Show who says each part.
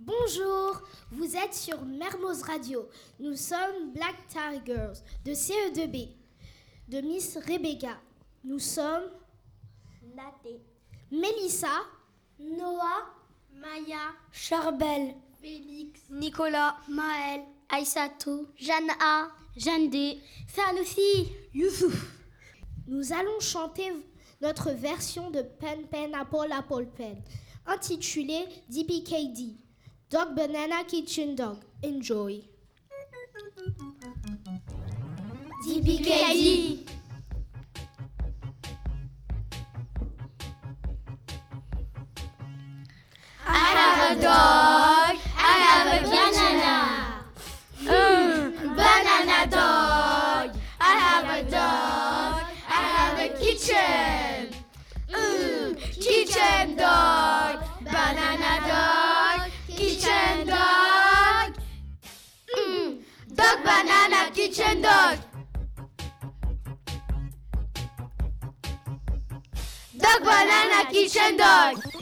Speaker 1: Bonjour, vous êtes sur Mermoz Radio. Nous sommes Black Tigers de CE2B de Miss Rebecca. Nous sommes
Speaker 2: Naté,
Speaker 1: Mélissa,
Speaker 2: Noah, Maya,
Speaker 1: Charbel,
Speaker 2: Félix,
Speaker 1: Nicolas,
Speaker 2: Maël, Aïssatou, Jeanne A,
Speaker 1: Jeanne D,
Speaker 2: Sanofi,
Speaker 1: Youssouf. Nous allons chanter notre version de Pen Pen Apple Apple Pen, intitulée DPKD, Dog Banana Kitchen Dog. Enjoy.
Speaker 2: DBKD. I have a dog, I have a banana. banana dog, I have a dog, I have a kitchen. Mm, kitchen dog, banana dog, kitchen dog. Mm, dog, banana, kitchen dog. Dog, banana, kitchen dog.